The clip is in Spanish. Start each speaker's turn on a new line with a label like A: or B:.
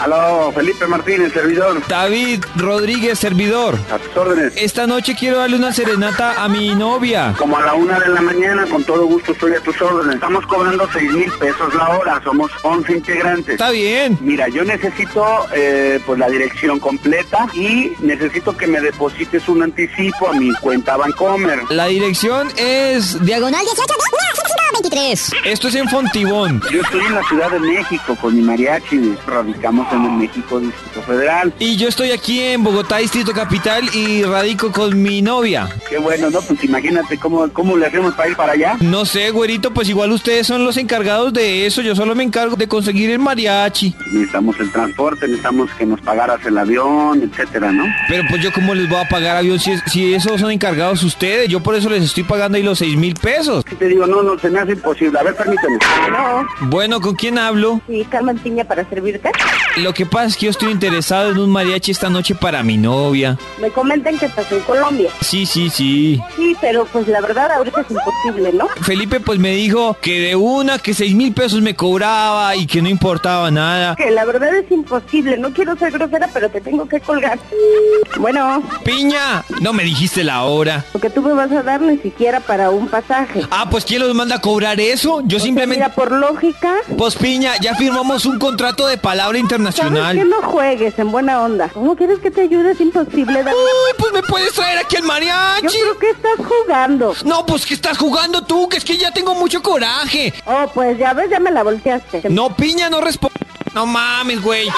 A: Aló, Felipe Martínez, servidor.
B: David Rodríguez, servidor.
A: A tus órdenes.
B: Esta noche quiero darle una serenata a mi novia.
A: Como a la una de la mañana, con todo gusto estoy a tus órdenes. Estamos cobrando seis mil pesos la hora, somos 11 integrantes.
B: Está bien.
A: Mira, yo necesito eh, pues la dirección completa y necesito que me deposites un anticipo a mi cuenta Bancomer.
B: La dirección es...
C: Diagonal
B: Diagonal.
C: 18, no, no, 23.
B: Esto es en Fontibón.
A: Yo estoy en la Ciudad de México con mi mariachi, radicamos en el México Distrito Federal.
B: Y yo estoy aquí en Bogotá, Distrito Capital, y radico con mi novia.
A: Qué bueno, ¿no? Pues imagínate cómo, cómo le hacemos para ir para allá.
B: No sé, güerito, pues igual ustedes son los encargados de eso. Yo solo me encargo de conseguir el mariachi.
A: Necesitamos el transporte, necesitamos que nos pagaras el avión, etcétera, ¿no?
B: Pero pues yo cómo les voy a pagar avión si, es- si esos son encargados ustedes. Yo por eso les estoy pagando ahí los seis mil pesos.
A: Y te digo, no, no, se me hace imposible. A ver, permíteme.
D: No,
B: Bueno, ¿con quién hablo?
D: sí, Carmen Piña para servirte.
B: Lo que pasa es que yo estoy interesado en un mariachi esta noche para mi novia.
D: Me comentan que estás en Colombia.
B: Sí, sí, sí.
D: Sí, pero pues la verdad ahorita es imposible, ¿no?
B: Felipe pues me dijo que de una que seis mil pesos me cobraba y que no importaba nada.
D: Que la verdad es imposible. No quiero ser grosera, pero te tengo que colgar. Bueno,
B: Piña, no me dijiste la hora.
D: porque tú me vas a dar ni siquiera para un pasaje. O sea,
B: Ah, pues ¿quién los manda a cobrar eso? Yo simplemente...
D: Pues, Mira, por lógica,
B: Pues Piña, ya firmamos un contrato de palabra
D: sabes que
B: internacional.
D: no juegues en buena onda. ¿Cómo quieres que te ayude? Es imposible, David.
B: Uy, pues me puedes traer aquí el
D: Yo
B: mariachi.
D: creo que estás jugando.
B: No, pues que estás jugando tú, que es que ya tengo mucho coraje.
D: Oh, pues ya ves, ya me la volteaste.
B: No, Piña, no responde. No mames, güey.